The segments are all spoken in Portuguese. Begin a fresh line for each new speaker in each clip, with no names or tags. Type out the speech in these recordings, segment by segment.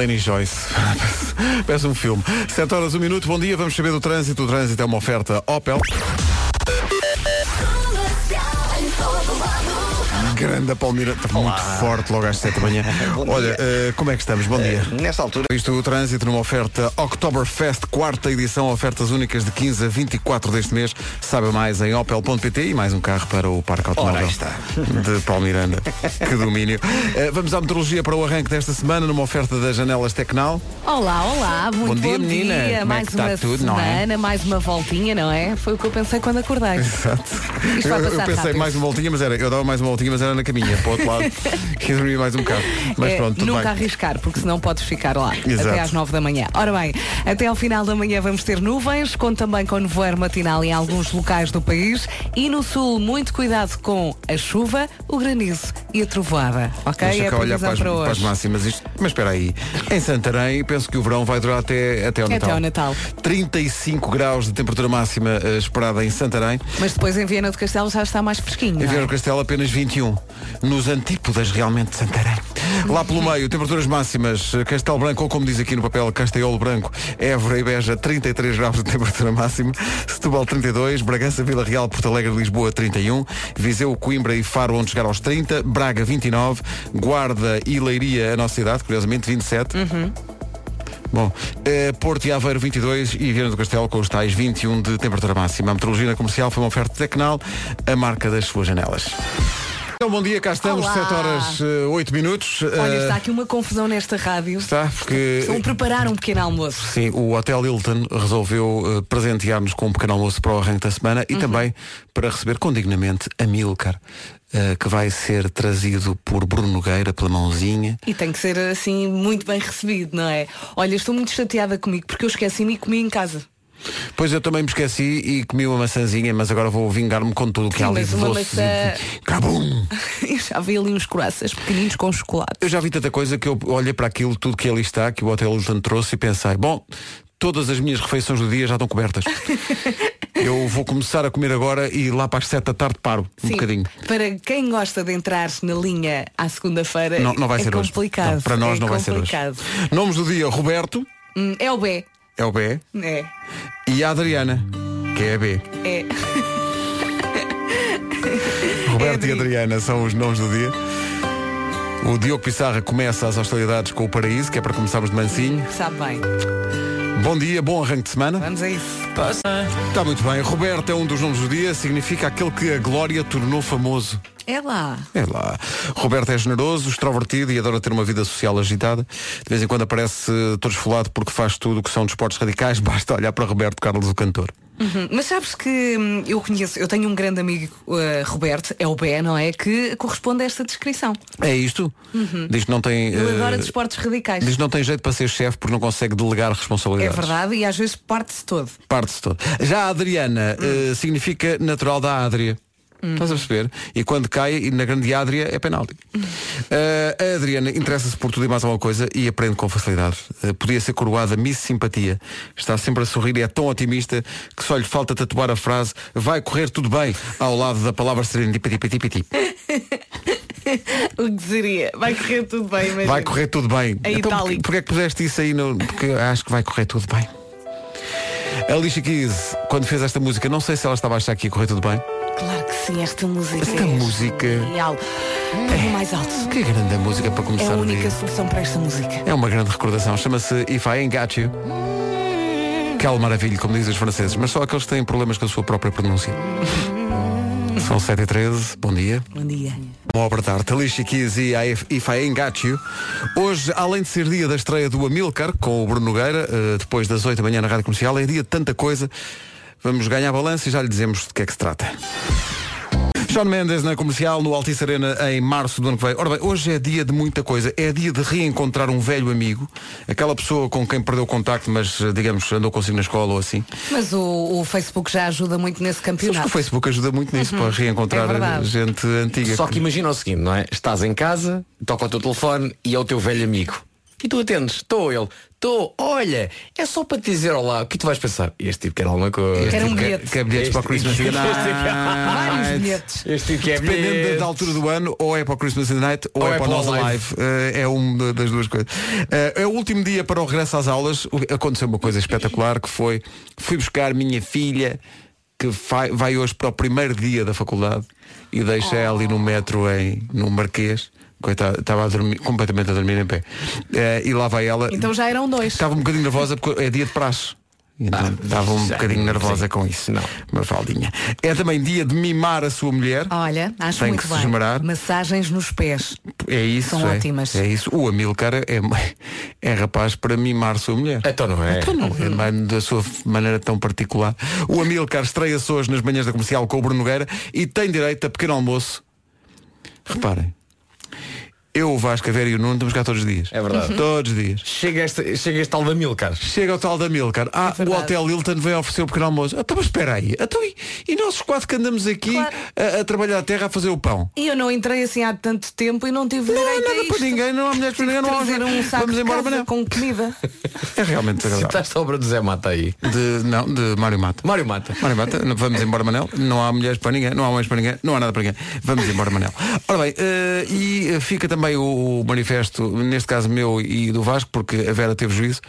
Lenny Joyce. Parece um filme. 7 horas, 1 minuto. Bom dia, vamos saber do trânsito. O trânsito é uma oferta Opel. Grande Palmeira, está muito forte logo às 7 da manhã.
Bom dia. Eh.
Olha, eh, como é que estamos? Bom dia.
Nesta altura,
Visto o trânsito numa oferta Oktoberfest, quarta edição, ofertas únicas de 15 a 24 deste mês. Saiba mais em opel.pt e mais um carro para o Parque Automóvel
aí está.
de Palmiranda. que domínio. Eh, vamos à meteorologia para o arranque desta semana numa oferta das janelas Tecnal.
Olá, olá, muito
Bom
bom
dia,
dia.
menina. Como é
mais
que está
uma
tudo, não é?
semana, mais uma voltinha, não é? Foi o que eu pensei quando acordei.
Exato.
Isto
Eu,
vai
eu
passar
pensei
rápido.
mais uma voltinha, mas era, eu dava mais uma voltinha, mas era na caminha, para o outro lado, que ia dormir mais um bocado. Mas
É,
pronto, tudo
nunca
bem.
arriscar, porque senão podes ficar lá
Exato.
até às 9 da manhã. Ora bem, até ao final da manhã vamos ter nuvens, com também com nevoeiro matinal em alguns locais do país e no sul muito cuidado com a chuva, o granizo e a trovoada, ok?
Deixa
é
cá
a
olhar
previsão
para as,
para
para as
hoje.
máximas. Isto, mas espera aí. Em Santarém, penso que o verão vai durar até, até ao
Até
Natal.
ao Natal.
35 graus de temperatura máxima eh, esperada em Santarém.
Mas depois em Viena do Castelo já está mais fresquinho.
Em
não é?
Vieira do Castelo apenas 21. Nos antípodas realmente de Santarém. Lá pelo meio, temperaturas máximas, eh, Castelo Branco, ou como diz aqui no papel, Castelo Branco, Évora e Beja, 33 graus de temperatura máxima, Setúbal 32, Bragança, Vila Real, Porto Alegre, Lisboa 31, Viseu, Coimbra e Faro onde chegar aos 30, Braga 29, Guarda e Leiria, a nossa cidade, curiosamente 27. Bom, eh, Porto e Aveiro 22 e Viana do Castelo com os tais 21 de temperatura máxima. A meteorologia na comercial foi uma oferta Tecnal, a marca das suas janelas. Então, bom dia, cá estamos,
Olá.
7 horas eh, 8 minutos.
Olha,
Eh,
está aqui uma confusão nesta rádio.
está, porque
Vão preparar um pequeno almoço.
sim, o Hotel Hilton resolveu eh, presentear-nos com um pequeno almoço para o arranque da semana
Uhum.
e também para receber condignamente a Milcar, eh, que vai ser trazido por Bruno Nogueira pela mãozinha.
E tem que ser assim muito bem recebido, não é? Olha, estou muito chateada comigo porque eu esqueci-me e comi em casa.
Pois eu também me esqueci e comi uma maçãzinha, mas agora vou vingar-me com tudo o que
Sim,
há ali
mas
de
uma
doces
maçã-
e de- Cabum!
Eu já vi ali uns coraças pequeninos com chocolate.
Eu já vi tanta coisa que eu olhei para aquilo, tudo que ali está, que o Hotel Lutan trouxe e pensei, bom, todas as minhas refeições do dia já estão cobertas. eu vou começar a comer agora e lá para as sete da tarde paro um
Sim,
bocadinho.
Para quem gosta de entrar na linha à segunda-feira,
Não, não vai
é
ser hoje.
complicado.
Não, para nós
é
não vai
complicado.
ser hoje. Nomes do dia, Roberto,
Hum, É o B.
é o B,
É.
e a Adriana, que é a B.
É.
Roberto
É,
e
Adri.
Adriana são os nomes do dia. O Diogo Pissarra começa as hostilidades com o Paraíso, que é para começarmos de mansinho.
Sabe bem.
Bom dia, bom arranque de semana.
Vamos a isso.
Está muito bem. Roberto é um dos nomes do dia, significa aquele que a glória tornou famoso.
É lá.
É lá. Roberto é generoso, extrovertido e adora ter uma vida social agitada. De vez em quando aparece eh, todo esfolado porque faz tudo o que são desportos radicais. Basta olhar para Roberto Carlos, o cantor.
Uhum. Mas sabes que hum, eu conheço, eu tenho um grande amigo, uh, Roberto, é o B, não é? Que corresponde a esta descrição.
É isto? Diz que não tem.
Ele
eh,
adora Uhum. desportos radicais.
Diz que não tem jeito para ser chefe porque não consegue delegar
É
responsabilidades.
verdade, e às vezes parte-se todo.
Parte-se todo. Já a Adriana eh, significa natural da Adria. Estás a perceber? E quando cai e na grande Adria é penalti. Eh, a Adriana interessa-se por tudo e mais alguma coisa e aprende com facilidade. Eh, podia ser coroada Miss Simpatia. Está sempre a sorrir e é tão otimista que só lhe falta tatuar a frase vai correr tudo bem ao lado da palavra serendipitipitipiti.
O que diria? Vai correr tudo bem, mas.
Vai correr tudo bem.
Em
porquê,
É itálico.
porquê é que puseste isso aí? No, porque acho que vai correr tudo bem. A Alicia Keys, quando fez esta música, não sei se ela estava a achar que ia correr tudo bem.
Claro que sim, esta música.
Esta
é
música. Hum.
Genial. Põe mais alto.
Que grande música para
É a
começar o
única
dia.
solução para esta música.
É uma grande recordação. Chama-se If I Ain't Got You. Quelle maravilha, como dizem os franceses. Mas só aqueles que têm problemas com a sua própria pronúncia. São 7 e 13 bom dia.
Bom dia.
Uma obra de arte, Alicia Keys e I- If I Ain't Got You. Hoje, além de ser dia da estreia do Amilcar com o Bruno Nogueira, eh, depois das 8 da manhã na Rádio Comercial, é dia de tanta coisa. Vamos ganhar balanço e já lhe dizemos de que é que se trata. Sean Mendes na comercial, no Altice Arena, em março do ano que vem. Ora bem, hoje é dia de muita coisa. É dia de reencontrar um velho amigo, aquela pessoa com quem perdeu o contacto, mas, eh, digamos, andou consigo na escola ou assim.
Mas o, o Facebook já ajuda muito nesse
Sabes que
campeonato.
o Facebook ajuda muito nisso, para reencontrar
é verdade.
gente antiga.
Só que imagina o seguinte, não é? Estás em casa, toca o teu telefone e é o teu velho amigo. E tu atendes, estou ele, estou, olha, é só para te dizer olá, o que tu vais pensar? Este tipo quer alguma coisa.
Quero um
Este tipo
bilhete.
Que é bilhetes para o Christmas in the
Vários
Night.
bilhetes.
Este tipo quer
Dependendo da-
bilhete.
da altura do ano, ou é para o Christmas in the Night é ou, é, para o Nós
Live.
Alive. Eh, é uma das duas coisas. Eh, é o último dia para o regresso às aulas. O- Aconteceu uma coisa espetacular que foi, fui buscar minha filha que vai, vai hoje para o primeiro dia da faculdade e deixa ela
Ah.
ali no metro em, no Marquês. Coitada, estava a dormir, completamente a dormir em pé. Eh, e lá vai ela.
Então já eram dois. Ah,
Estava um bocadinho nervosa porque é dia de praxe. Então, estava um
sim,
bocadinho nervosa
sim.
com isso.
Não.
Uma faldinha. É também dia de mimar a sua mulher.
Olha, acho
Tem
muito
que se
bem.
esmerar.
Massagens nos pés.
É isso.
São
é,
ótimas.
É isso. O Amilcar é, é rapaz para mimar sua mulher.
Então não é.
É, mas da sua maneira tão particular. O Amilcar estreia-se hoje nas manhãs da comercial com o Bruno Nogueira e tem direito a pequeno almoço. Reparem, eu, o Vasco, a Vera e o Nuno estamos cá todos os dias. Uhum.
É verdade.
Todos os dias.
Chega este, chega este tal da Milcar.
Chega ao tal da Milcar. Ah,
É
o
verdade.
Hotel Hilton vem oferecer o pequeno almoço. Ah, Então, mas espera aí. Então, e, e nós os quatro que andamos aqui
Claro.
a, a trabalhar a terra a fazer o pão?
E eu não entrei assim há tanto tempo e não tive
Não há
direito a
nada
isto.
para ninguém, não há mulheres para ninguém, não há
Trazer um saco
Vamos
de
embora,
casa
mas não.
com comida.
É realmente desagradável.
Citaste a obra do Zé Mata aí.
De, não, de Mário Mata.
Mário Mata.
Mário Mata, não- vamos embora, Manel. Não há mulheres para ninguém, não há homens para ninguém, não há nada para ninguém. Vamos embora, Manel. Ora bem, eh, e eh, fica também o, o manifesto, neste caso meu e do Vasco, porque a Vera teve juízo.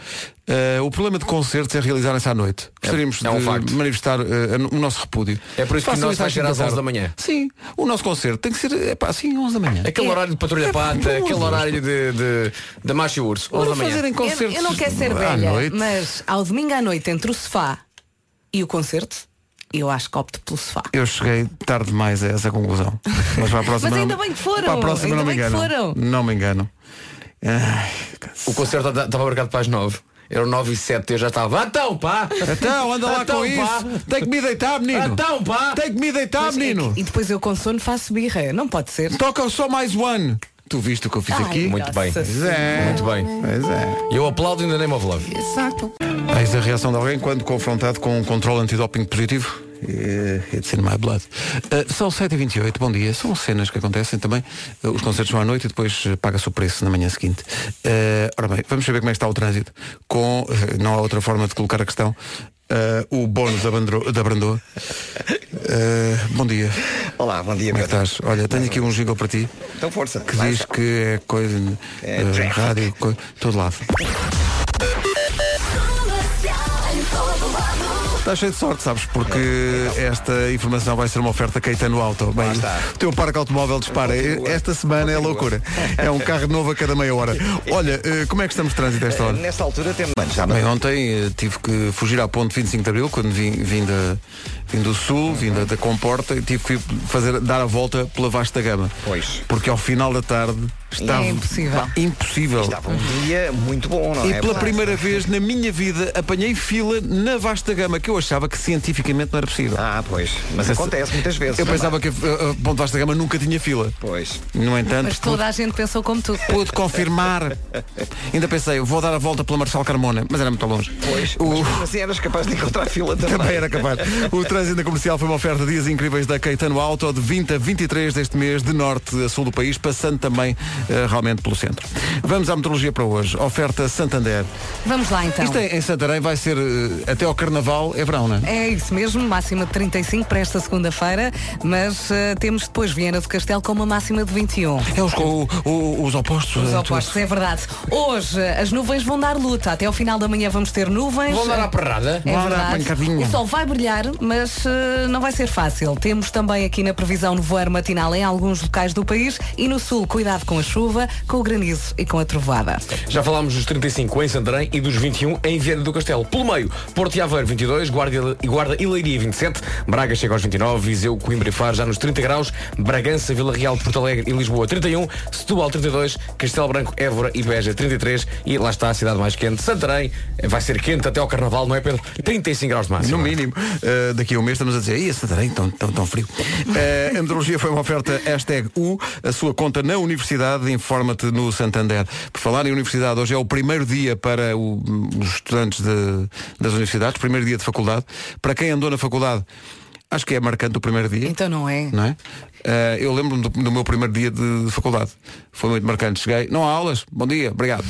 Eh, o problema de concertos é realizarem-se à noite. Gostaríamos
é um
de
facto.
manifestar eh, o nosso repúdio.
É por isso que
Façam
o nosso
isso
vai
às
ser
cinco
às 11 da
tarde.
manhã.
Sim, o nosso concerto tem que ser eh, pá, assim, 11 da manhã.
Aquele horário de patrulha
É, pelo
pata,
amor de
aquele
Deus.
horário de, de, de macho e urso. 11 da
Ora,
manhã.
fazerem
Eu,
concertos
eu não quero ser
à
velha,
noite.
mas ao domingo à noite entre o sofá e o concerto, eu acho que opto pelo sofá.
Eu cheguei tarde demais a essa conclusão. Mas para a próxima.
Mas ainda
não-
bem que foram,
Para a próxima
ainda
não me
bem que
engano.
foram.
Não me engano. Ai, cansa-
O concerto estava marcado para as 9. Era 9 e 7 eu já estava. "Ah, Então, pá!
Então, anda lá
Então,
com
pá!
isso. Tem que me deitar, menino.
Então, pá!
Tem que me deitar,
Mas é
Ah, menino.
que- e depois eu com sono faço birra. Não pode ser.
Toca só mais one. Tu viste o que eu fiz
Ai,
aqui?
Muito bem.
nossa
Pois é.
Muito bem.
Pois é.
Eu aplaudo ainda nem of Love.
Eis a reação de alguém quando confrontado com um controle antidoping positivo.
É,
Eh, It's in my blood. Eh, são 7h28, bom dia. São cenas que acontecem também. Eh, os concertos são à noite e depois eh, paga-se o preço na manhã seguinte. Eh, ora bem, vamos saber como é que está o trânsito. Com, eh, não há outra forma de colocar a questão, eh, o bónus da, Bandro, da Brandoa. Eh, bom dia.
Olá, bom dia,
Como é que
Pedro.
estás? Olha, tenho aqui um jingle para ti
Então força.
que
Vai.
diz que é coisa. eh,
É traffic.
rádio, coisa, todo lado. Está Tá cheio de sorte, sabes? Porque esta informação vai ser uma oferta Caetano Auto. Bem,
está.
o teu parque automóvel dispara.
Continua.
Esta semana é
Continua.
loucura. É um carro novo a cada meia hora. Olha, eh, como é que estamos de trânsito a esta
Eh,
hora?
Nesta altura temos. Mano, já
Bem, ontem eh, tive que fugir à ponte 25 de Abril, quando vim, vim, da- vim do Sul, vim da, da Comporta, e tive que ir fazer, dar a volta pela vasta gama.
Pois.
Porque ao final da tarde estava
É impossível.
impossível.
estava um dia muito bom, não
E
é?
pela
Verdade.
primeira vez na minha vida apanhei fila na vasta gama, que eu achava que cientificamente não era possível.
Ah, pois. Mas acontece muitas vezes. é?
Eu pensava que a, a, a ponte vasta gama nunca tinha fila.
Pois.
No entanto,
Mas toda a gente pensou como tu.
pude confirmar. Ainda pensei, vou dar a volta pela Marçal Carmona, mas era muito longe.
Pois.
O-
Mas mesmo assim eras capaz de encontrar fila também.
Também era capaz. O trânsito na comercial foi uma oferta de dias incríveis da Caetano Auto de 20 a 23 deste mês, de norte a sul do país, passando também eh, realmente pelo centro. Vamos à meteorologia para hoje. Oferta Santander.
Vamos lá então.
Isto é- em, em Santarém vai ser eh, até ao carnaval, é verão, não é?
É isso mesmo, máxima de 35 para esta segunda-feira, mas eh, temos depois Viena do Castelo com uma máxima de 21.
É os, o- o- os opostos.
Os
eh,
opostos, é verdade. Hoje eh, as nuvens vão dar luta. Até ao final da manhã vamos ter nuvens.
Vão dar à perrada?
É
Vão dar
verdade.
pancadinha.
O sol vai brilhar, mas eh, não vai ser fácil. Temos também aqui na previsão nevoeiro matinal em alguns locais do país e no sul, cuidado com a chuva, com o granizo e com a trovoada.
Já falámos dos 35 em Santarém e dos 21 em Viana do Castelo. Pelo meio, Porto e Aveiro 22, Guarda e, Guarda e Leiria 27, Braga chega aos 29, Viseu, Coimbra e Faro já nos 30 graus, Bragança, Vila Real, Porto Alegre e Lisboa 31, Setúbal 32, Castelo Branco, Évora e Beja 33 e lá está a cidade mais quente, Santarém. Vai ser quente até ao Carnaval, não é Pedro? 35 graus de
No
máximo.
mínimo, eh, daqui a um mês estamos a dizer, ia Santarém, tão, tão, tão frio. Eh, a meteorologia foi uma oferta hashtag U, a sua conta na Universidade, informa-te no Santander. Por falar em Universidade, hoje é o primeiro dia para o- os estudantes de- das universidades, primeiro dia de faculdade. Para quem andou na faculdade, Acho que é marcante o primeiro dia.
Então não é?
Não é? Ah, eu lembro-me do, do meu primeiro dia de, de faculdade. Foi muito marcante. Cheguei, não há aulas? Bom dia, obrigado.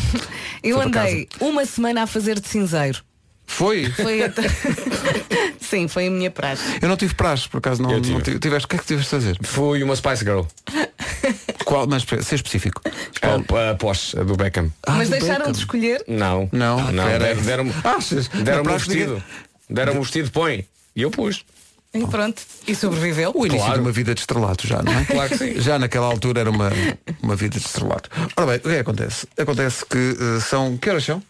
Eu
Foi para
andei uma semana a fazer de cinzeiro.
Foi?
Foi a... Sim, foi a minha praxe.
Eu não tive praxe, por acaso não,
Eu tive.
não tive. Tiveste, o que é que tiveste de fazer?
Fui uma Spice Girl.
Qual, mas espera, ser específico.
A, a Porsche, a do Beckham.
Mas
Ah, do
deixaram
Beckham.
de escolher?
Não.
Não,
não.
pera.
der- Deram-me
Achas? Na
deram um
prática-
vestido. Deram-me um vestido, põe. E eu pus.
E pronto. E sobreviveu?
Oh. O início
Claro.
de uma vida de estrelato já, não é?
Claro que sim.
Já naquela altura era uma, uma vida de estrelato. Ora bem, o que é que acontece? Acontece que eh, são. Que horas são?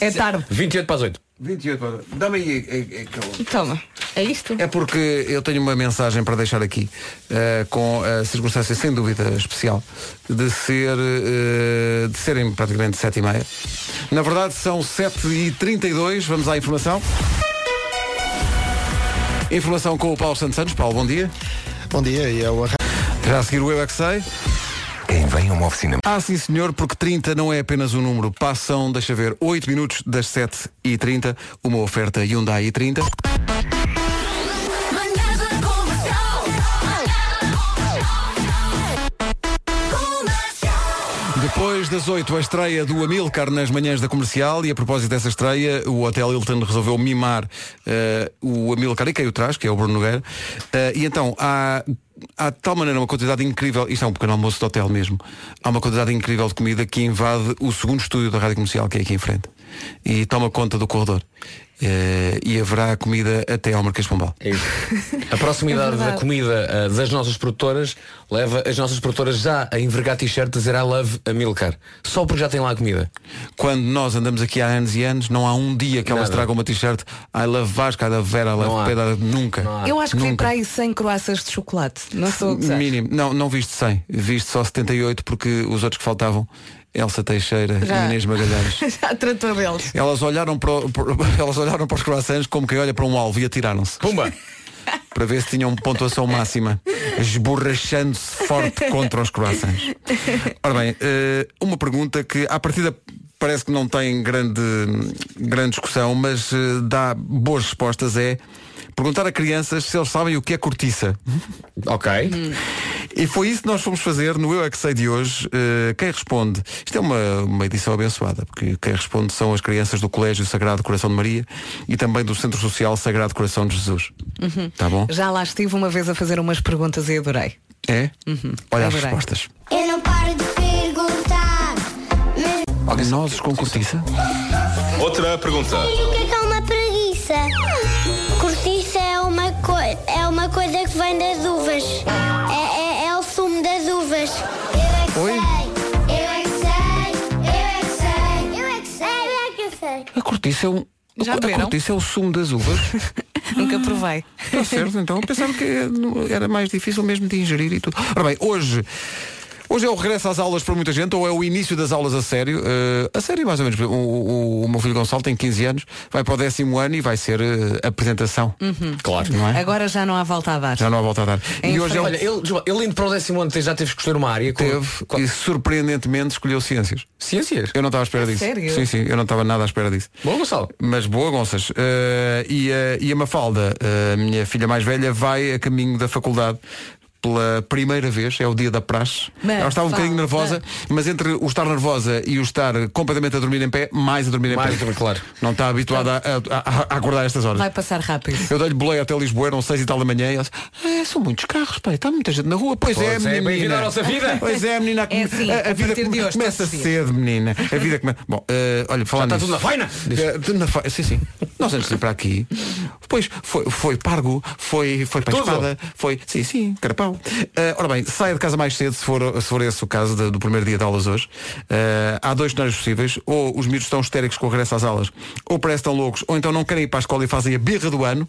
É tarde.
28 para as 8.
28 horas. Dá-me aí eh, eh, aquele-
Toma. É isto?
É porque eu tenho uma mensagem para deixar aqui, eh, com a circunstância sem dúvida especial, de ser eh, de serem praticamente 7 e meia. Na verdade são 7 e 32 vamos à informação. Informação com o Paulo Santos Santos. Paulo, bom dia.
Bom dia, e é o arranque.
Já a seguir o Eu é que sei.
Quem vem a uma oficina
Ah, sim senhor, porque 30 não é apenas um número. Passam, deixa ver, 8 minutos das 7 e 30 uma oferta Hyundai i30.
Manhãs da Comercial. Comercial.
Depois das 8, a estreia do Amilcar nas manhãs da comercial e a propósito dessa estreia, o Hotel Hilton resolveu mimar eh, o Amilcar e quem o traz, que é o Bruno Nogueira. Eh, e então há, há de tal maneira uma quantidade incrível, isto é um pequeno almoço de hotel mesmo, há uma quantidade incrível de comida que invade o segundo estúdio da Rádio Comercial, que é aqui em frente, e toma conta do corredor. Eh, e haverá comida até ao Marquês de Pombal.
É isso. A
É
proximidade da
verdade.
comida ah, das nossas produtoras leva as nossas produtoras já a envergar t-shirt a dizer I love a Milcar. Só porque já tem lá a comida.
Quando nós andamos aqui há anos e anos, não há um dia que elas
Nada.
tragam uma t-shirt I love Vasco, I love Vera, I
Não
love
há.
Pedra, nunca.
Eu acho que vi
Nunca.
para aí 100 croaças de chocolate. Não sou o que sei.
Mínimo. Não, não viste 100. Viste só 78 porque os outros que faltavam, Elsa Teixeira
Já.
e Inês Magalhães.
Já tratou deles.
Elas olharam, para, o- para- elas olharam para os croissants como quem olha para um alvo e atiraram-se
Pumba!
para ver se tinham pontuação máxima, esborrachando-se forte contra os croissants. Ora bem, eh, uma pergunta que à partida parece que não tem grande, grande discussão, mas eh, dá boas respostas é perguntar a crianças se eles sabem o que é cortiça.
Ok.
E foi isso que nós fomos fazer no Eu É Que Sei de hoje. Eh, quem responde? Isto é uma, uma edição abençoada, porque quem responde são as crianças do Colégio Sagrado Coração de Maria e também do Centro Social Sagrado Coração de Jesus. Tá bom?
Já lá estive uma vez a fazer umas perguntas e adorei.
É?
Uhum.
Olha as
Adorei.
respostas.
Eu não paro de perguntar. Mas
Nozes com cortiça?
Outra pergunta.
o que é que é uma preguiça? Cortiça é uma, co é uma coisa que vem das uvas. É, é, é o sumo das uvas. Eu é
Oi?
Eu é que sei. Eu é que sei. Eu é que sei. Eu é que sei.
A cortiça é um.
Já
a
beberam?
cortiça é o sumo das uvas.
Nunca provei.
Está certo, então. Eu Pensava que era mais difícil mesmo de ingerir e tudo. Ora bem, hoje. Hoje é o regresso às aulas para muita gente, ou é o início das aulas a sério. Eh, a sério, mais ou menos. O, o- o meu filho Gonçalo tem 15 anos, vai para o décimo ano e vai ser eh, apresentação.
Hum.
Claro.
Não é?
Agora já não há volta a dar.
Já não há volta a dar.
Em
e hoje é um
Olha, ele, João, ele indo para o décimo ano te- já teve que escolher uma área com
teve
com-
e surpreendentemente escolheu ciências.
ciências.
Eu não estava à espera disso.
É sério?
Sim, sim, eu não estava nada à espera disso.
Bom, Gonçalo.
Mas boa, Gonças. Eh, e, a, e a Mafalda, eh, a minha filha mais velha, vai a caminho da faculdade pela primeira vez, é o dia da praxe.
Mafalda.
Ela estava um bocadinho nervosa, mas entre o estar nervosa e o estar completamente a dormir em pé, mais a dormir em
Mais
pé.
a dormir, claro.
Não está habituada a, a- a acordar a estas horas.
Vai passar rápido.
Eu dei-lhe boleia até Lisboa, eram seis e tal da manhã, e ela disse, "Ah, são muitos carros, pai, está muita gente na rua. Pois, é,
Pois é,
menina.
bem-vindo à nossa vida.
Pois é, menina.
É assim,
a, a
a
vida
partir de hoje,
começa
todos os dias.
cedo, menina. A vida começa... Bom, eh, olha, falando
está tudo
nisso-
na faina?
eh, tudo na faina. Sim, sim. Nós antes de ir para aqui, depois foi, foi Pargo, foi, foi para a
Tudo.
espada, foi, sim, sim, Carapau. Eh, ora bem, saia de casa mais cedo, se for, se for esse o caso de- do primeiro dia de aulas hoje. Eh, há dois cenários possíveis, ou os miúdos estão histéricos com o regresso às aulas, ou parecem tão loucos, ou então não querem ir para a escola e fazem a birra do ano.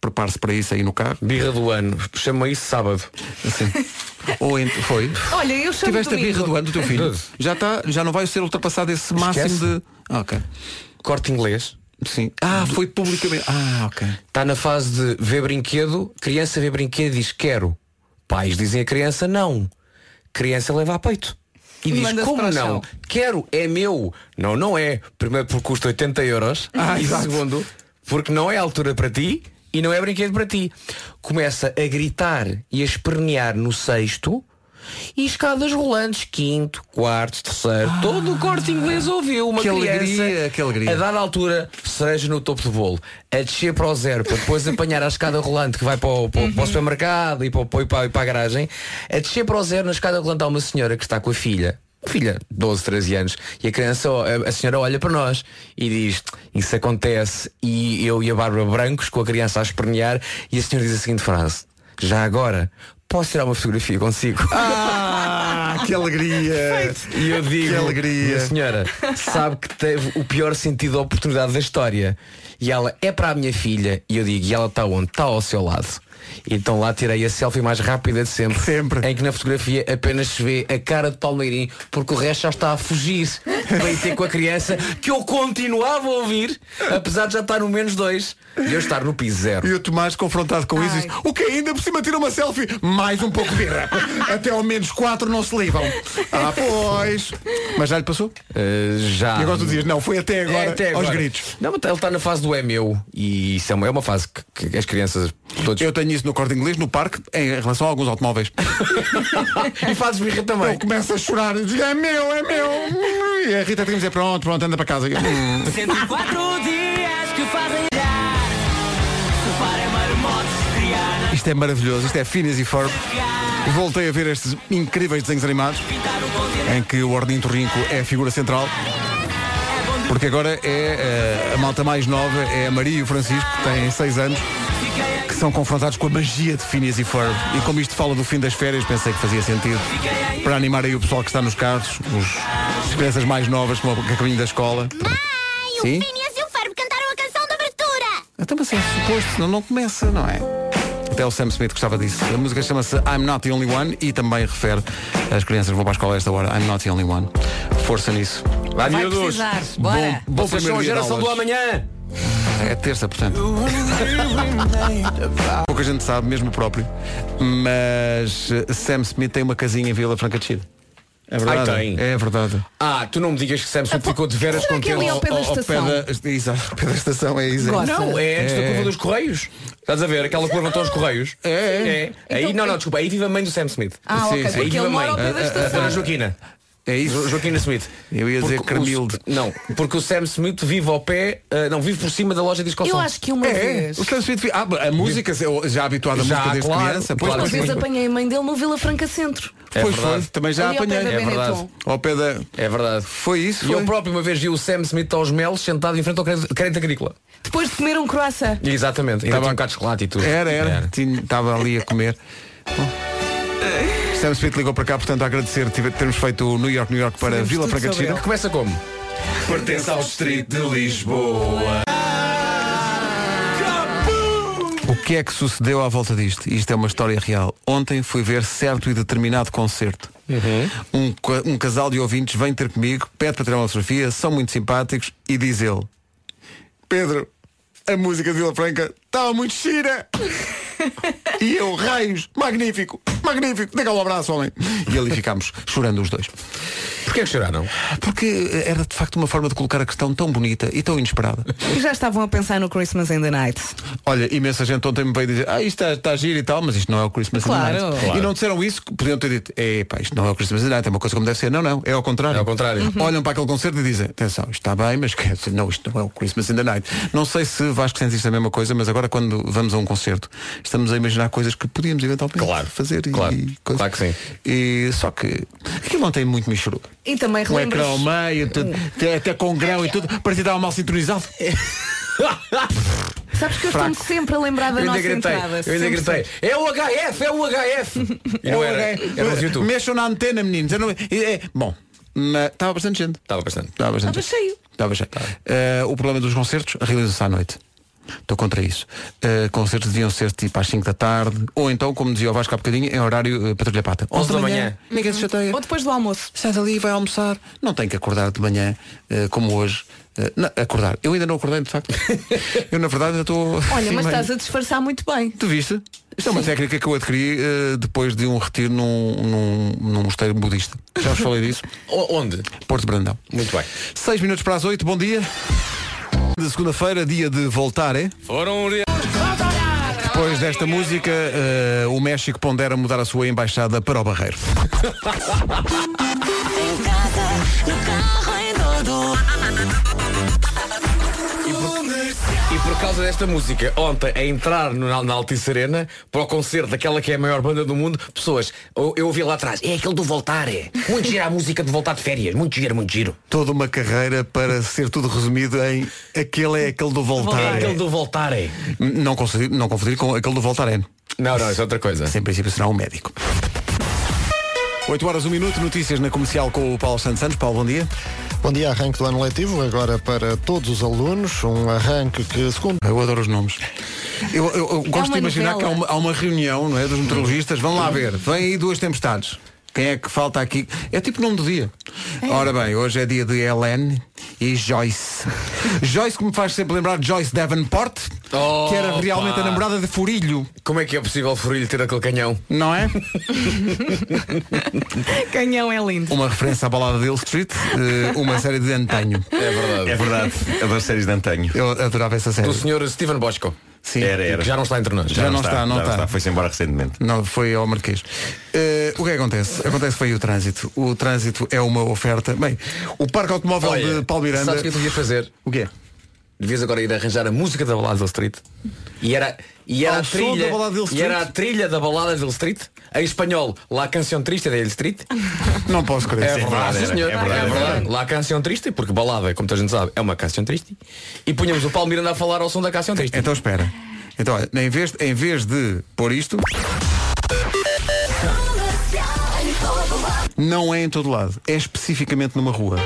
Prepare-se para isso aí no carro.
Birra do ano. Chama isso sábado.
Assim. ou ent- foi.
Olha, eu chamo
Tiveste a birra
domingo.
do ano do teu filho. Já, tá, já não vai ser ultrapassado esse máximo
Esquece.
de. Ah, ok.
Corte inglês.
Sim. Ah, foi publicamente. Ah, ok.
Está Tá na fase de ver brinquedo, criança vê brinquedo e diz quero. Pais dizem a criança não. Criança leva a peito. E diz,
Manda-se
como
para o
não?
chão."
Quero, é meu. Não, não é. Primeiro porque custa 80 euros.
Ah,
e
exato.
segundo, porque não é a altura para ti. e não é brinquedo para ti. Começa a gritar e a espernear no sexto e escadas rolantes, quinto, quarto, terceiro.
Ah.
Todo o corte inglês ouviu uma
Que
criança
alegria, que alegria.
a dada altura, cereja no topo do bolo, a descer para o zero, para depois apanhar a escada rolante que vai para o, para o- para
Uhum.
o supermercado e para, o- e, para, e para a garagem, a descer para o zero na escada rolante há uma senhora que está com a filha. Filha, 12, 13 anos, e a criança, a- a senhora olha para nós e diz, isso acontece, e eu e a Bárbara brancos com a criança a espernear, e a senhora diz a seguinte frase, já agora, posso tirar uma fotografia consigo?
Ah, que alegria!
E eu digo,
Que alegria.
"Minha senhora, sabe que teve o pior sentido de oportunidade da história. E ela é para a minha filha. E eu digo, e ela está onde? Está ao seu lado. Então lá tirei a selfie mais rápida de sempre.
Sempre.
Em que na fotografia apenas se vê a cara de Palmeirim, porque o resto já está a fugir. Veio ter com a criança que eu continuava a ouvir, apesar de já estar no menos dois. E eu estar no piso zero.
E o Tomás confrontado com isso
Ai.
diz, o que ainda por cima tira uma selfie? Mais um pouco de birra. Até ao menos quatro não se livram. Ah, pois. Mas já lhe passou?
Eh, já.
E agora tu dizias, não, foi Ah, até agora,
É, até
aos
agora.
gritos.
Não, mas ele está na fase do é meu e isso é uma, é uma fase que, que as crianças todos.
Eu tenho isso no corte inglês, no parque, em relação a alguns automóveis.
E fazes birra
Eu
também.
começo Então a chorar, diz, é meu, é meu. E a Rita tem que dizer, pronto, pronto, anda para casa. E eu, "Hum." Isto é maravilhoso, isto é Phineas e Ferb. Voltei a ver estes incríveis desenhos animados em que o Ordinto Rinco é a figura central. Porque agora é eh, a malta mais nova, é a Maria e o Francisco, que têm 6 anos, que são confrontados com a magia de Phineas e Ferb. E como isto fala do fim das férias, pensei que fazia sentido para animar aí o pessoal que está nos carros, os, as crianças mais novas que vão a caminho da escola.
Mãe,
Sim?
o Phineas e o Ferb cantaram a canção de abertura.
Até mas é suposto, senão não começa, não é? Até o Sam Smith gostava disso. A música chama-se I'm Not the Only One e também refere às crianças que vão para a escola a esta hora. I'm Not the Only One. Força nisso.
Vai,
Vai
miúdos.
precisar. Bora.
Bom, bom
Vocês são
primeiro dia
a
de
geração do
aulas.
amanhã.
É terça, portanto. Pouca gente sabe, mesmo o próprio. Mas eh, Sam Smith tem uma casinha em Vila Franca de Xira. É verdade.
Ai, tem.
É verdade.
Ah, que tu não me digas que Samsung ficou de veras
Será que
contente.
ali é o pé da
Ao- ao Pé
estação?
da, exato, ao pé da estação é isso.
Gosto.
Não, é antes
É.
da curva dos Correios. Estás a ver? Aquela curva aos Correios. É. Aí,
Então-
não, não, desculpa. Aí vive a mãe do Sam Smith.
Ah,
Sim, sim.
ok.
Aí
Porque
vive
ele
a
mora
mãe.
ao pé da
A- a- a Dona
estação.
Joaquina.
É
Jo-
isso.
Joaquina Smith.
Eu ia dizer
Porque
Cremilde.
o- Não, porque o Sam Smith vive ao pé, ah, não, vive por cima da loja de disco ao
Eu
som.
acho que uma
É,
vez.
o Sam Smith. Ah, a música, eu já habituado à
Já,
música desde
claro,
criança.
claro.
Uma
pois,
vez
pois,
apanhei a mãe dele no Vila Franca Centro.
É
Pois foi,
verdade.
também já
Ali ao pé
apanhei.
da
É verdade.
Benetton.
Ao pé da.
É verdade.
Foi isso,
E
foi.
eu próprio uma vez vi o Sam Smith aos melos sentado em frente ao crédito, crédito agrícola.
Depois de comer um croissant.
Exatamente. Estava
bem.
um bocado de chocolate e tudo.
Tá Era, era. Tinha- Estava ali a comer. Bom. Sam Smith ligou para cá, portanto, a agradecer tive- termos feito o New York, New York para
Sabemos
Vila
tudo
Franca de
sobre
Xira.
ele.
Começa como?
Pertence ao distrito de Lisboa.
O que é que sucedeu à volta disto? Isto é uma história real. Ontem fui ver certo e determinado concerto. Um, ca- um casal de ouvintes vem ter comigo, pede para tirar uma fotografia, são muito simpáticos e diz ele: Pedro, a música de Vila Franca estava muito gira. e eu, raios, magnífico, magnífico, dê cá um abraço, homem. E ali ficámos, chorando os dois.
Porquê que choraram?
Porque era de facto uma forma de colocar a questão tão bonita e tão inesperada.
E já estavam a pensar no Christmas in the Night.
Olha, imensa gente ontem me veio dizer, ah, isto está, está giro e tal, mas isto não é o Christmas in the
Claro.
Night.
Claro.
E não disseram isso, que podiam ter dito, é pá, isto não é o Christmas in the Night, é uma coisa como deve ser. Não, não, é ao contrário.
É ao contrário.
Olham para aquele concerto e dizem, atenção, isto está bem, mas quer dizer, não, isto não é o Christmas in the Night. Não sei se Vasco sente isto a mesma coisa, mas agora quando vamos a um concerto, estamos a imaginar coisas que podíamos eventualmente
Claro.
fazer. e-
Claro.
e coisa.
Claro que sim.
E, só que aquilo ontem muito me chorou.
E também
Com Um ecrã
relembras.
ao meio, tudo, até- até com grão e tudo, parecia que estava mal sintonizado.
Sabes que eu estou-me sempre a lembrar da
Eu
nossa
ainda gritei.
entrada.
Eu ainda
Sempre,
gritei. É o HF, é o HF. E
É
não era. Era o YouTube.
Mexam na antena, meninos. Eu não- é- é- Bom, mas estava bastante gente.
Estava bastante.
Estava bastante
Estava
gente.
cheio.
Estava cheio. Eh, o problema dos concertos realiza-se à noite. Estou contra isso. Eh, concertos deviam ser tipo às 5 da tarde, ou então, como dizia o Vasco há bocadinho, em horário eh, patrulha pata.
11 da manhã.
Ninguém se chateia.
Ou depois do almoço.
Sai dali e vai almoçar. Não tem que acordar de manhã, eh, como hoje. Eh, não, acordar. Eu ainda não acordei, de facto. Eu, na verdade, ainda estou.
Olha,
assim,
mas
meio-
estás a disfarçar muito bem.
Tu viste? Isto é uma técnica que eu adquiri eh, depois de um retiro num, num, num mosteiro budista. Já vos falei disso?
O- Onde?
Porto Brandão.
Muito bem.
6 minutos para as 8, bom dia. De segunda-feira, dia de voltar, é?
Foram
Depois desta música, eh, o México pondera mudar a sua embaixada para o Barreiro.
Em casa, no carro, em todo.
E por causa desta música, ontem a entrar no, na- na Altice Arena para o concerto daquela que é a maior banda do mundo, pessoas, eu, eu ouvi lá atrás, é aquele do Voltar, é. Muito gira a música de Voltar de Férias, muito giro, muito giro.
Toda uma carreira para ser tudo resumido em aquele é aquele do
É
voltar.
aquele do Voltar, é.
Não, confundir, não confundir com aquele do Voltaren.
Não, não, isso é outra coisa.
Sem princípio será um médico. 8 horas, 1 minuto, notícias na comercial com o Paulo Santos Santos. Paulo, bom dia.
Bom dia, arranque do ano letivo, agora para todos os alunos, um arranque que, segundo
Eu adoro os nomes. Eu, eu- eu gosto de
É uma
imaginar
novela.
que há uma, há uma reunião não é, dos meteorologistas. Vão lá ver. Vem aí duas tempestades. Quem é que falta aqui? É tipo nome do dia. Ora bem, hoje é dia de Helen e Joyce. Joyce que me faz sempre lembrar de Joyce Davenport,
Oh,
que era realmente
pá.
a namorada de Furilho,
Como é que é possível o Furilho ter aquele canhão?
não é?
Canhão é lindo.
Uma referência à balada de Hill Street, eh, uma série de antanho.
É verdade.
É verdade, adoro séries de antanho.
Eu adorava essa série.
Do senhor Steven Bosco.
Sim.
Era, era.
Que já não está entre nós.
Já não está, não
já
está.
Foi-se embora recentemente.
Não, foi ao Marquês. Eh, o que é que acontece? Acontece que foi o trânsito. O trânsito é uma oferta. Bem, o Parque Automóvel
Olha,
de Paulo Miranda.
Sabes o que eu devia fazer?
O quê?
Devias agora ir arranjar a música da balada Hill Street. E era, e era,
Ao
a,
som
trilha,
da balada de Hill
e era a
Street?
trilha da balada de Hill Street. Em espanhol, La Canción Triste de Hill Street.
Não posso crer.
É verdade,
verdade,
sim,
era.
senhor.
É verdade,
É
é
verdade.
verdade.
Lá a canção triste, porque balada, como toda a gente sabe, é uma canção triste. E punhamos o Paulo Miranda a falar ao som da canção triste.
Então espera. Então, olha, em vez, em vez de pôr isto. Não é em todo lado, é especificamente numa rua.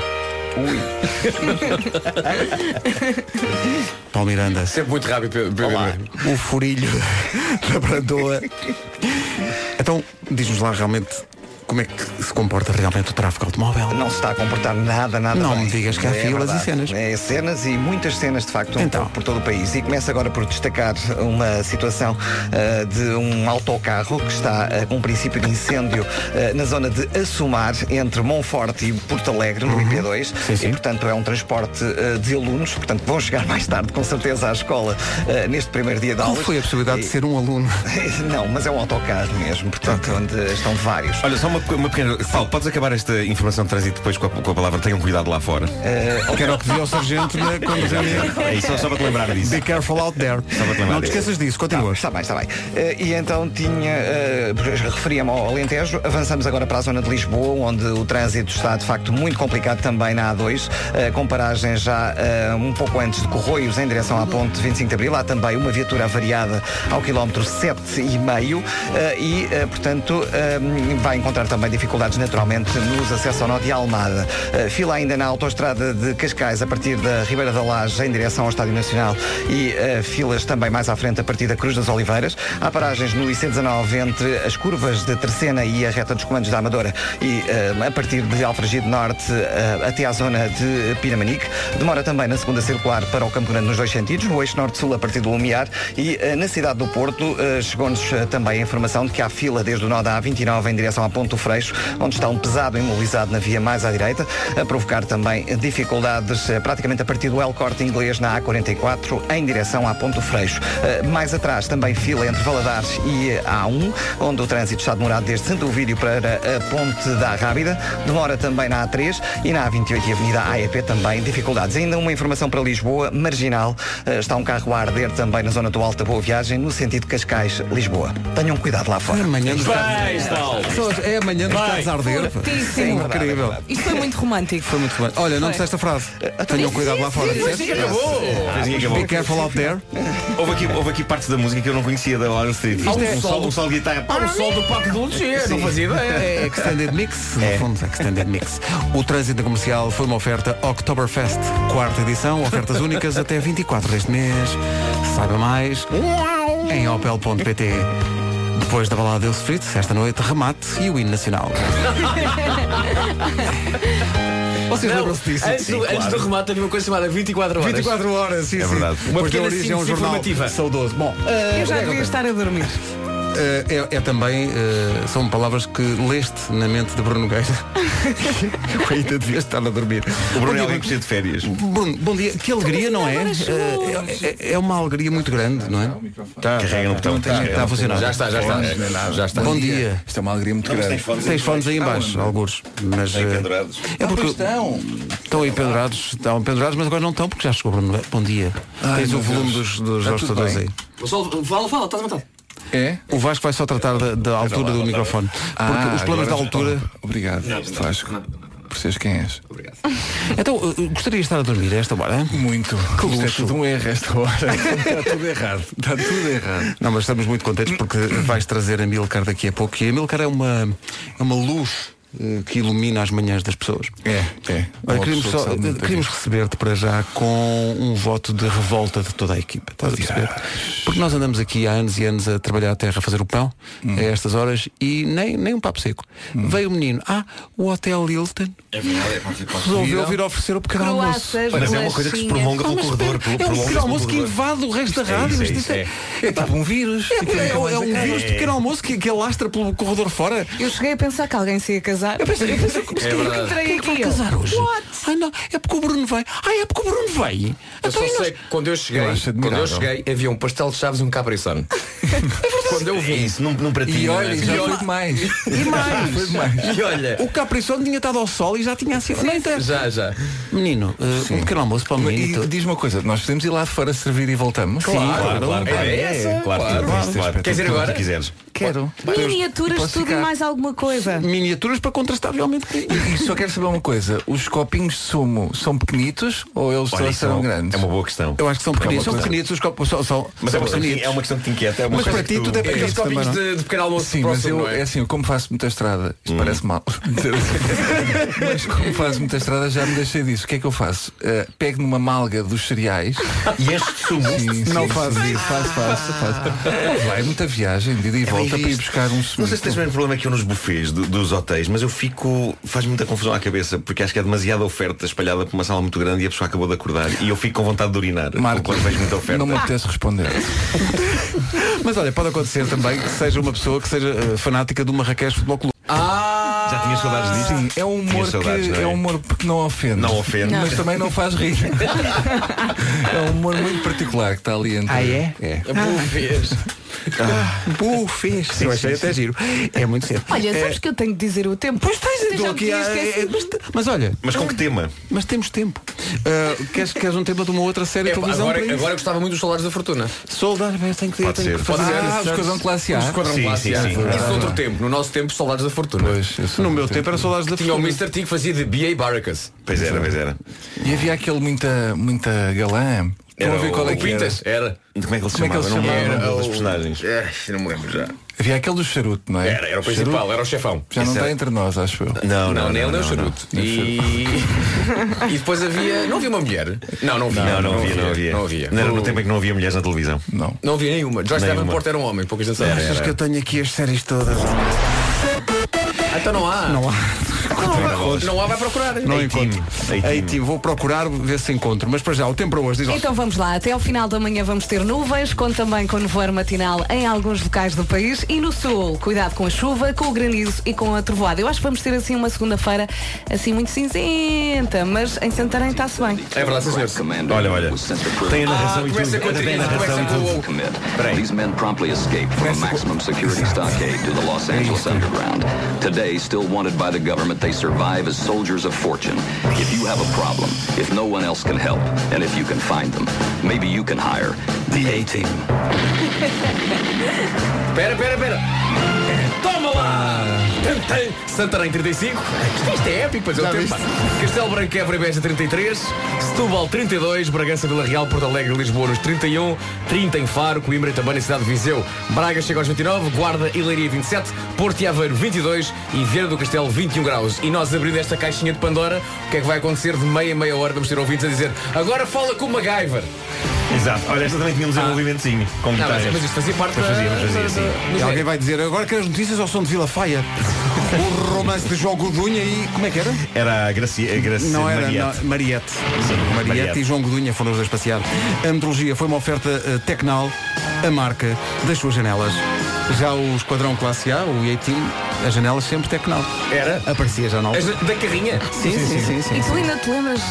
Paulo Miranda,
Sempre muito rápido, Pedro. Pedro.
o furilho da Brandoa. Então, diz-nos lá realmente como é que se comporta realmente o tráfego automóvel.
Não se está a comportar nada, nada
Não
bem.
me digas que há filas e
verdade.
cenas.
É cenas e muitas cenas, de facto, um
Então.
pouco por todo o país. E começa agora por destacar uma situação ah, de um autocarro que está ah, com um princípio de incêndio ah, na zona de Assumar, entre Monforte e Porto Alegre, no IP2.
Uhum. Sim, sim.
E, portanto, é um transporte ah, de alunos, portanto, vão chegar mais tarde, com certeza, à escola ah, neste primeiro dia de
Qual
aulas.
foi a possibilidade de ser um aluno?
E- Não, mas é um autocarro mesmo, portanto, onde estão vários.
Olha, só uma, uma pequena. Paulo, podes acabar esta informação de trânsito depois com a, com a palavra tenham cuidado lá fora.
Que era o que dizia o sargento na conduzia.
É isso, só, só para te lembrar disso.
Be careful out there.
para te lembrar
Não te
disso.
esqueças disso, continua.
Está bem, está bem. Eh, e então tinha, eh, referia-me ao Alentejo, avançamos agora para a zona de Lisboa, onde o trânsito está de facto muito complicado também na A2, eh, com paragem já eh, um pouco antes de Corroios em direção à ponte 25 de Abril. Há também uma viatura avariada ao quilómetro 7,5 eh, e, eh, portanto, eh, vai encontrar também dificuldades naturalmente nos acessos ao nó de Almada. Eh, fila ainda na autoestrada de Cascais a partir da Ribeira da Laje em direção ao Estádio Nacional e eh, filas também mais à frente a partir da Cruz das Oliveiras. Há paragens no IC19 entre as curvas de Terceira e a reta dos comandos da Amadora e eh, a partir de Alfragide Norte eh, até à zona de Pinamanique. Demora também na segunda circular para o Campo Grande nos dois sentidos, no eixo norte-sul a partir do Lumiar e eh, na cidade do Porto eh, chegou-nos eh, também a informação de que há fila desde o nó da A29 em direção à Ponte do Freixo, onde está um pesado imobilizado na via mais à direita, a provocar também dificuldades eh, praticamente a partir do El Corte Inglês na A44 em direção à Ponte do Freixo. Eh, Mais atrás também fila entre Valadares e eh, a A1, onde o trânsito está demorado desde Santo Ovídio para a Ponte da Rábida, demora também na A3 e na A28 e Avenida AEP também dificuldades. Ainda uma informação para Lisboa, marginal, eh, está um carro a arder também na zona do Alto da Boa Viagem, no sentido Cascais-Lisboa. Tenham cuidado lá fora.
É Amanhã dos
Bem, Paulo.
Pessoas, É amanhã dos caras a arder.
Fortíssimo.
É Incrível.
Isto foi muito romântico.
Foi muito bem. Olha, não
Foi.
disseste a frase. Tenham cuidado lá fora. disseste?
Coisinha que é bom.
Be careful out there.
Houve aqui, houve aqui partes da música que eu não conhecia da Lauren Street. Isto
um
é um
sol
sol,
do-
um sol de guitarra.
Há um sol do Parque de Lucia, não fazia ideia.
É Extended Mix, no fundo, é Extended Mix. O trânsito comercial foi uma oferta Oktoberfest, quarta edição, ofertas únicas até 24 deste mês. Saiba mais em opel.pt. Depois da balada Hill Street, esta noite, remate e o hino nacional. Vocês
Não,
lembram-se disso?
antes, do, antes do remate havia uma coisa chamada 24 horas.
24 horas, sim,
É
sim.
verdade.
Depois
pequena
deu origem a um
síntese
jornal
informativa.
saudoso. Bom,
Eu já devia estar a dormir.
eh, é, é também, eh, são palavras que leste na mente de Bruno Gueira. Eu ainda devia estar a dormir.
O
Bom
Bruno é
dia,
alguém que precisa de férias.
Bruno, bom dia. Que alegria, não é? Eh, É, é uma alegria muito grande, não é? Tá,
Carrega no botão.
Está a funcionar.
Já está, já está. Já está.
Bom dia.
Isto é uma alegria muito grande.
Tens fones aí embaixo, alguns. Mas, eh,
pendurados.
É porque
Ah, pois estão.
estão aí pendurados, estão pendurados, mas agora não estão porque já chegou Bruno Gueira. Bom dia.
Ai,
Tens o
meu
volume dos,
Deus.
dos
Está tudo
hostadores
bem.
aí.
Fala, fala, estás à vontade.
É?
O Vasco vai só tratar da, da altura do microfone. Porque
Ah,
os problemas da
agora-
altura.
Oh, Obrigado, Vasco. Por seres quem és.
Então, eh, gostaria de estar a dormir a esta hora? hein?
Muito.
Que
Isto é
luxo.
tudo um erro esta hora. Está tudo errado. Está tudo errado.
Não, mas estamos muito contentes porque vais trazer a Milcar daqui a pouco. E a Milcar é uma, é uma luz eh, que ilumina as manhãs das pessoas.
É, é.
Olha,
Uma
queríamos,
pessoa que
só-
sabe muito
queríamos receber-te para já com um voto de revolta de toda a equipa. Estás a perceber? Porque nós andamos aqui há anos e anos a trabalhar a terra, a fazer o pão, a estas horas, e nem, nem um papo seco. Veio o menino, ah, o Hotel Hilton resolveu vir oferecer o pequeno almoço.
Croaças,
Mas é uma coisa que se
bolachinhas.
prolonga
Ah,
pelo
mas
corredor.
espera,
pelo-
é um
prolonga-se
pequeno
pelo
almoço que
corredor.
invade o resto da
é
rádio.
isso,
mas
é
isto é,
isso,
é tipo um vírus. É, é, é um vírus de pequeno almoço que, que alastra pelo corredor fora.
Eu cheguei a pensar que alguém se ia casar.
Eu pensei, eu pensei, mas quem-
verdade.
quem é que vai
Aqui eu.
casar hoje? Ai, não, é porque o Bruno vai. Ai, é porque o Bruno vai.
Eu
Então,
só
e nós-
sei que quando eu cheguei,
Eu acho
quando eu
admirável.
cheguei, havia um pastel de chaves e um capriçano. quando eu
É
vi
isso, num, num pratinho.
E olha,
assim,
já foi demais.
E mais.
Foi demais.
E olha,
O Capricorn tinha estado ao sol e já tinha assim. não interessa.
é. já, já.
Menino, eh, um pequeno almoço para o menino. e
E
tudo.
diz uma coisa, nós podemos ir lá fora servir e voltamos.
Claro, claro, claro.
É essa?
Claro,
Claro.
claro, claro.
Quer dizer
Tudo o
agora?
que quiseres.
Quero.
Miniaturas,
Posso
tudo e
ficar?
mais alguma coisa.
Miniaturas para contrastar realmente com.
E só quero saber uma coisa, os copinhos de sumo são pequenitos ou eles
Olha, isso
só
é
serão
uma-
grandes?
É uma boa questão.
Eu acho que são pequenitos. São
coisa.
pequenitos, os copos são. são
Mas é
são
uma, questão, que-
pequenitos.
é uma questão que te inquieta. É uma
Mas
coisa
para
que
ti, tudo é pequeno.
Aqueles
Isso também
copinhos
não.
de, de pequeno almoço
Sim, mas
próximo,
eu,
não é?
é assim, eu como faço muita estrada,
Hum.
isto parece mal, dizer assim. mas como faço muita estrada já me deixei disso. O que é que eu faço? Eh, pego numa malga dos cereais.
E este sumo.
Sim,
Não
sim,
faz
sim,
isso.
Faço, faço, faço. Não Vai muita viagem de ida e volta para ir buscar um
É Não sei
sumiço.
se tens o mesmo problema que eu nos bufês do- dos hotéis, mas eu fico. faz muita confusão à cabeça, porque acho que é demasiada oferta espalhada por uma sala muito grande e a pessoa acabou de acordar e eu fico com vontade de urinar.
Marco,
quando um vejo muita oferta.
não me apetece responder.
Mas olha, pode acontecer também que seja uma pessoa que seja eh, fanática do Marrakech Futebol Clube.
Ah!
Já tinhas saudades disto?
Sim, é um humor
Tinha saudades,
que
não é?
é um humor que não ofende.
Não ofende.
Mas também não faz rir. é um humor muito particular que está ali entre.
Ah, é?
É.
Bufês.
Pô, fez. Sim, eu achei até giro. É muito cedo.
Olha, sabes que eu tenho de dizer o tempo. Pois estás,
Estou aqui a- é- mas, mas olha,
Mas com que tema?
mas temos tempo. Eh, queres, queres um tema de uma outra série
É,
de
pá,
televisão?
agora,
para isso? Ah?
agora eu gostava muito dos salários da fortuna.
Soldar, eu tenho que, eu
Pode
tenho
ser.
que
Pode
fazer.
ser.
Ah,
Ah, o esquadrão classe A.
Os quadrão
Sim,
classe
sim,
A.
sim.
Isso no outro tempo. No nosso tempo, salários da fortuna.
Pois, eu sou
No meu
muito-
tempo era soldares da
Tinha o
Fortuna.
Mr. T que fazia de B.A. Barracas.
Pois era, pois era.
E havia aquele muita, muita galã. Estão
Era
a ver qual é
O
que era?
Pintas? Era.
Como é que ele se
Como é
chamava?
que ele se
não me lembro
chamava?
o nome das personagens.
Ai, Não me lembro já.
Havia aquele do charuto, não é?
Era, era o principal, era o chefão.
Já não
Esse
está
era-
entre nós, acho eu.
Não,
Não, não,
nem ele nem o
não, não.
charuto. E... e depois havia. Não havia uma mulher? Não, não havia.
Não, não havia, não havia.
Não havia.
Não era no
Não-
tempo em que não havia mulheres na televisão.
Não.
Não havia nenhuma. Joyce
Nenhuma.
Davenport era um homem, poucas gente sabe.
Achas que eu tenho aqui as séries todas?
é. Ah, Então não há. Não há. Não há, vai procurar.
Não
A-Team.
encontro.
A-Team.
Aí tive, vou procurar, ver se encontro. Mas para já, o tempo para hoje, diz lá.
Então vamos lá, até ao final da manhã vamos ter nuvens, com também com nevoeiro matinal em alguns locais do país e no sul, cuidado com a chuva, com o granizo e com a trovoada. Eu acho que vamos ter assim uma segunda-feira assim muito cinzenta, mas em Santarém está-se bem.
É verdade, sim, senhor.
Olha, olha. Tem a narração
Ah,
e tudo.
começa com
Tem a
trilhos,
narração e
começa
tudo.
com-
Peraí.
These men promptly escaped from a maximum security stockade to the Los Angeles underground. Today, still wanted by the government, they survive as soldiers of fortune. If you have a problem, if no one else can help, and if you can find them, maybe you can hire the A-Team.
Pera, pera, pera. Toma lá! Tantã. Santarém 35. Isto, isto é épico, pois é o tempo. Castelo Branco, Évora e Beja 33. Setúbal 32. Bragança, Vila Real, Porto Alegre, e Lisboa nos 31. 30 em Faro, Coimbra e também na cidade de Viseu. Braga chega aos 29. Guarda e Leiria 27. Porto e Aveiro 22. E Vieira do Castelo 21 graus. E nós abrindo esta caixinha de Pandora, o que é que vai acontecer de meia a meia hora? Vamos ter ouvintes a dizer agora fala com o MacGyver.
Exato. Olha, esta também tínhamos um movimentozinho. Com
Não, mas,
guitarras.
mas isto fazia parte
Pois fazia, Tá mas fazia,
da- da-
sim.
do
E alguém
género.
vai dizer, agora quero as notícias ao som de Vila Faia. o romance de João Godunha e. Como é que era?
Era a Gracia, a Gracia
Não era
Mariette.
não, Mariette.
Sim,
Mariette.
Mariette.
e João Godunha foram os dois passear. A metrologia foi uma oferta eh, Tecnal, a marca das suas janelas. Já o esquadrão classe A, o A-Team, as janelas sempre Tecnal. Era? Aparecia já na altura.
Da carrinha?
Sim, sim, sim. sim,
E tu
sim.
ainda te lembras?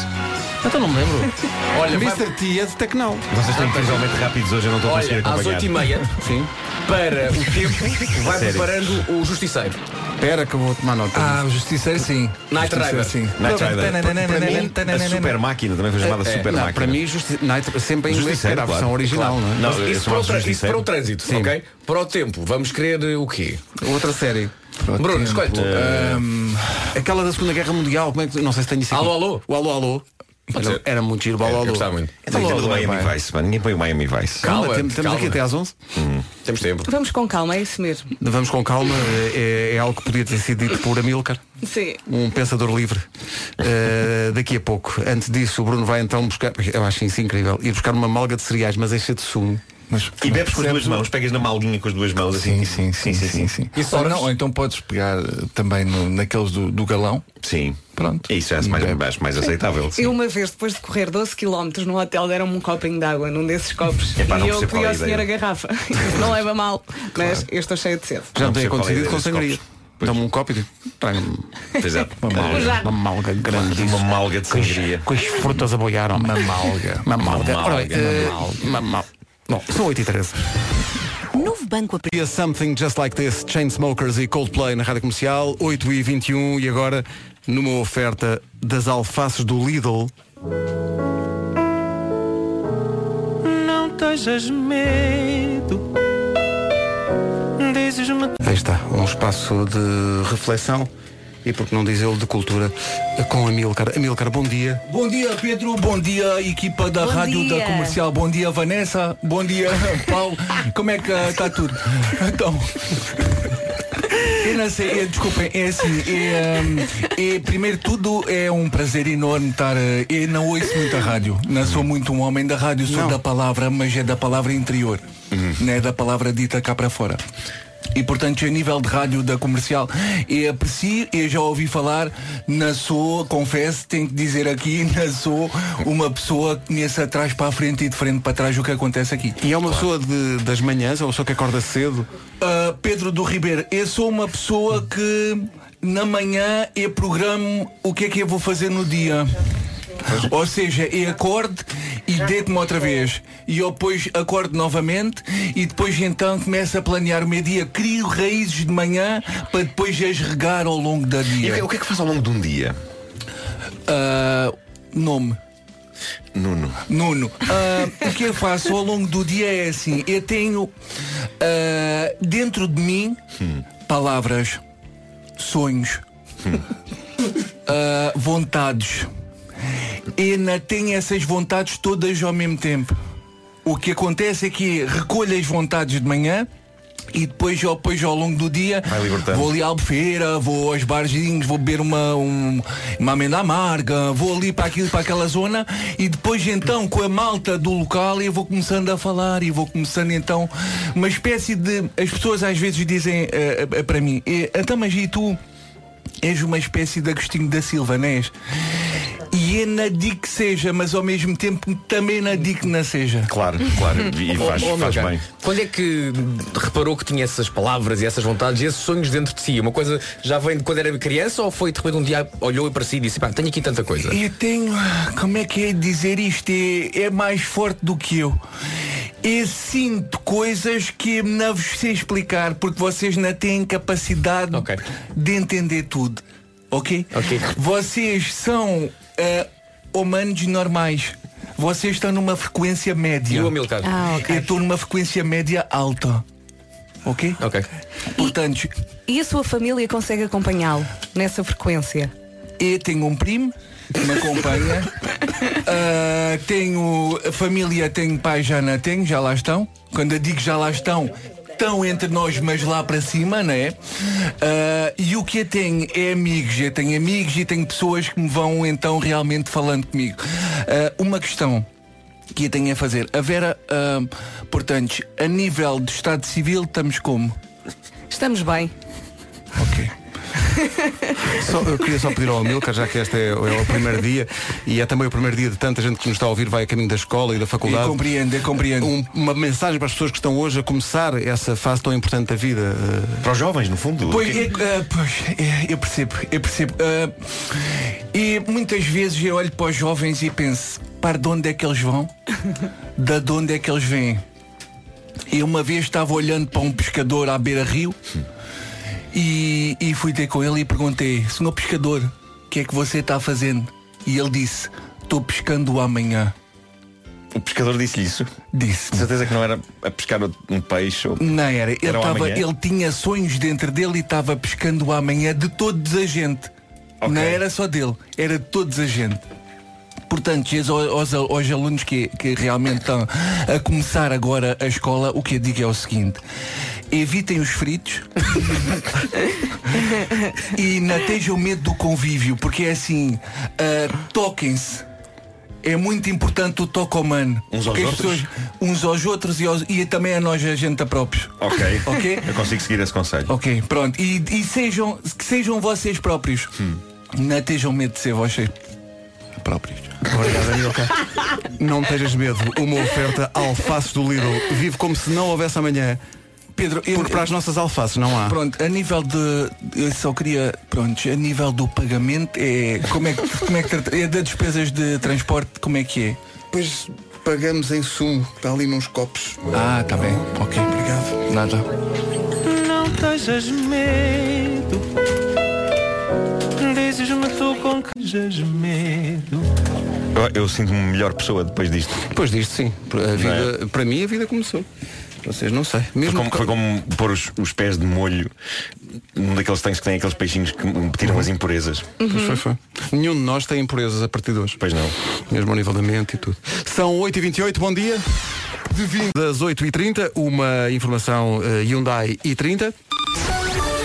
Então não me lembro.
Olha,
Mr. T é de Tecnal.
Vocês estão incrivelmente rápidos hoje, eu não estou a conseguir
Olha,
acompanhar.
às 8h30, para o tempo, vai
Sério?
preparando o justiceiro.
Espera que eu vou tomar nota.
Ah, o Justiceiro sim.
Night
Justiceiro,
Rider.
sim.
Night Rider. Para mim, a super máquina também foi chamada
É,
super
não,
máquina.
Para mim, justi- Night- sempre em inglês,
Justiceiro,
era a versão
claro.
original,
Claro.
não é?
Não, eu
Isso para, o
chamava-se
tra- isso
justiceiro.
para o trânsito,
Sim.
ok? Para o tempo, vamos querer eh, o quê?
Outra série.
Bruno, escolhe tu.
eh,
Aquela da Segunda Guerra Mundial, como é que tu- Não sei se tenho isso aqui.
Alô, alô?
O alô, alô.
Pode
Era,
ser.
era muito giro, o alô,
Eu
alô.
gostava muito.
Então,
Alô,
ninguém
alô,
do Miami
vai.
Vice, pá. Ninguém põe o Miami Vice.
Calma,
Calma,
temos, temos
calma.
aqui até às 11.
Temos tempo.
Vamos com calma, é isso mesmo.
Vamos com calma, é, é algo que podia ter sido dito por Amilcar.
Sim.
um pensador livre uh, daqui a pouco. Antes disso, o Bruno vai então buscar, eu acho isso incrível, ir buscar uma malga de cereais, mas encha de sumo.
Mas,
E bebes com as
percebes
duas
o-
mãos, pegas na malguinha com as duas mãos assim.
Sim, sim, sim, sim, sim.
E
Ou
sobras?
não, ou então podes pegar eh, também no- naqueles do, do galão.
Sim.
Pronto.
É Isso é mais, mais, mais aceitável. sim.
Eu uma vez, depois de correr 12 km no hotel, deram-me um copinho de água num desses copos.
Epá, não
e eu
percebo
pedi
qual é
ao
a
senhor a
ideia.
garrafa. Isso não leva mal, mas eu estou cheia de sede.
Já me tem
percebo qual é a
acontecido
ideia
com
desses
sangria.
copos. Pois.
Dá-me um copo e digo, traga-me
Pois é.
Já.
uma malga grande.
Uma malga de sangria.
Com as frutas a boiar, homem. Uma malga. Uma malga. Ora bem, eh, uma malga. Bom, são 8 e 13.
Novo banco a
E a Something Just Like This, Chainsmokers e Coldplay na Rádio Comercial, 8 e 21 e agora numa oferta das alfaces do Lidl.
Não tejas medo. Dizes-me
Aí está, um espaço de reflexão e, por que não dizê-lo, de cultura com Amilcar. Amilcar, bom dia.
Bom dia, Pedro. Bom dia, equipa da
Bom
Rádio
dia.
da Comercial. Bom dia, Vanessa. Bom dia, Paulo. Como é que está tudo? Então. Eu não sei, é, desculpem, é assim, é, hum, é, primeiro de tudo é um prazer enorme estar, eh, eu não ouço muito a rádio, não sou muito um homem da rádio, sou da palavra, mas é da palavra interior, não é da palavra dita cá para fora. E portanto, a nível de rádio da comercial, eu aprecio, eu já ouvi falar, na sou, confesso, tenho que dizer aqui, na sou uma pessoa que conhece atrás para a frente e de frente para trás o que acontece aqui.
E é uma pessoa de- das manhãs, é uma pessoa que acorda cedo.
Uh, Pedro do Ribeiro, eu sou uma pessoa que na manhã eu programo o que é que eu vou fazer no dia. Ou seja, eu acordo e deito-me outra vez. E eu depois acordo novamente e depois então começo a planear o meu dia. Crio raízes de manhã para depois as regar ao longo da
E o que-
dia.
o que é que faz ao longo de um dia?
Uh, nome.
Nuno.
Nuno, ah, o que eu faço ao longo do dia é assim, eu tenho ah, dentro de mim palavras, sonhos, ah, vontades. Eu não tenho essas vontades todas ao mesmo tempo. O que acontece é que recolho as vontades de manhã e depois, ao- depois ao longo do dia
Vai libertando.
vou ali à albufeira, vou aos barzinhos, vou beber uma, um, uma amenda amarga, vou ali para aquilo, para aquela zona e depois então com a malta do local eu vou começando a falar e vou começando então uma espécie de. As pessoas às vezes dizem eh, eh, para mim, eh, então mas e tu? És uma espécie de Agostinho da Silva, não és? E é na digo que seja, mas ao mesmo tempo também na digo que não seja.
Claro, claro. E faz,
Oh, oh, meu
faz
caro,
bem.
Quando é que reparou que tinha essas palavras e essas vontades e esses sonhos dentro de si? Uma coisa já vem de quando era criança ou foi de repente um dia olhou para si e disse, pá, tenho aqui tanta coisa?
Eu É, tenho. Como é que é de dizer isto? É, é mais forte do que eu. Eu sinto coisas que eu não vos sei explicar porque vocês não têm capacidade
Ok.
de entender tudo. Ok?
Ok.
Vocês são eh, humanos normais. Vocês estão numa frequência média.
E o Amilcar?
Ah,
Eu
ok.
estou numa frequência média alta. Ok?
Ok.
Portanto,
E a sua família consegue acompanhá-lo nessa frequência?
Eu tenho um primo que me acompanha. Ah, tenho a família, tenho pai, já não tenho, já lá estão. Quando eu digo já lá estão, estão entre nós, mas lá para cima, não é? Ah, e o que eu tenho é amigos. Eu tenho amigos e tenho pessoas que me vão então realmente falando comigo. Ah, uma questão que eu tenho a fazer. A Vera, ah, portanto, a nível do Estado Civil, estamos como?
Estamos bem.
Ok.
Só- eu queria só pedir ao Amilcar, já que este é, é o primeiro dia e é também o primeiro dia de tanta gente que nos está a ouvir, vai a caminho da escola e da faculdade.
E compreende,
Um
compreende.
uma mensagem para as pessoas que estão hoje a começar essa fase tão importante da vida. Eh,
Para os jovens, no fundo.
Pois, é, ah, pois, é, eu percebo, eu percebo. Ah, e muitas vezes eu olho para os jovens e penso, para de onde é que eles vão? Da de onde é que eles vêm? Eu uma vez estava olhando para um pescador à beira-rio e, e fui ter com ele e perguntei, senhor pescador, o que é que você está fazendo? E ele disse, estou pescando amanhã.
O pescador disse-lhe isso.
Disse.
De certeza que não era a pescar um peixe ou.
Não era. Ele,
Era o
tava,
amanhã?
ele tinha sonhos dentro dele e estava pescando o amanhã de toda a gente. Não era só dele, era de todos a gente. Portanto, diz aos, aos- aos alunos que, que realmente estão a começar agora a escola, o que eu digo é o seguinte. Evitem os fritos e não tenham medo do convívio, porque é assim, ah, toquem-se. É muito importante o toque humano.
Uns aos
Porque as
outros?
pessoas- uns aos outros e, aos- e também a nós, a gente a próprios.
Ok.
Ok?
Eu consigo seguir esse conselho.
Ok, pronto. E, e sejam, que sejam vocês próprios.
Hum.
Não tenham medo de ser vocês próprios.
Obrigado, Amilcar. Não tenhas medo, uma oferta alfaces do Lidl. Vive como se não houvesse amanhã.
Pedro, eu-
Porque para as nossas alfaces não há.
Pronto, a nível de. Eu só queria. Pronto, a nível do pagamento é. Como é que. Como é que trata- é das despesas de transporte, como é que é?
Depois pagamos em sumo, está ali nos copos.
Ah, tá bem. Ok, obrigado. Nada.
Não tejas medo. Dizes-me tu com que tejas medo.
Eu, eu sinto-me melhor pessoa depois disto.
Depois disto, sim. A vida- Para mim, a vida começou. Vocês não sei. Mesmo
foi, como, foi como pôr os, os pés de molho num daqueles tanques que tem aqueles peixinhos que me tiram as impurezas.
Pois foi, foi. Nenhum de nós tem impurezas a partir de hoje.
Pois não.
Mesmo ao nível da mente e tudo. São 8h28, bom dia. De vinte- Das 8h30, uma informação eh, Hyundai i30.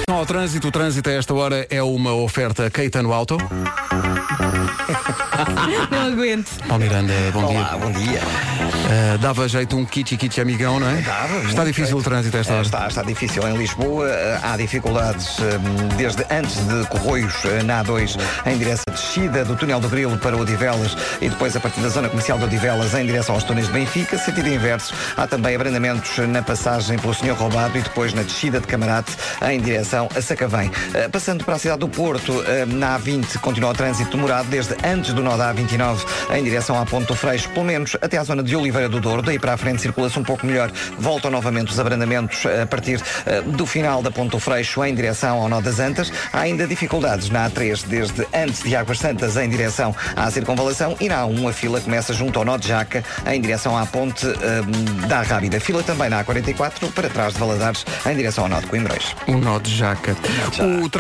Ao trânsito, o trânsito a esta hora é uma oferta Caetano Auto.
Não aguento.
Paulo Miranda, bom dia.
Olá, bom dia.
Eh, dava jeito um kit kit amigão, não é?
Dava,
Está
muito
difícil
jeito.
o trânsito a esta
Eh,
hora.
Está, está difícil em Lisboa. eh, Há dificuldades eh, desde antes de Corroios eh, na A2 em direção à descida do túnel do Grilo para Odivelas e depois a partir da zona comercial de Odivelas em direção aos túneis de Benfica. Sentido inverso, há também abrandamentos na passagem pelo Senhor Roubado e depois na descida de Camarate em direção a Sacavém. Eh, Passando para a cidade do Porto, eh, na A20 continua o trânsito demorado desde antes do nó da A29 em direção à Ponte do Freixo, pelo menos até à zona de Oliveira do Douro. Daí para a frente circula-se um pouco melhor. Voltam novamente os abrandamentos eh, a partir eh, do final da Ponte do Freixo em direção ao Nó das Antas. Há ainda dificuldades na A3 desde antes de Águas Santas em direção à Circunvalação e na A1 a fila começa junto ao Nó de Jaca em direção à Ponte eh, da Rábida. Fila também na A44 para trás de Valadares em direção ao Nó de Coimbrões.
Um nó de jaca. O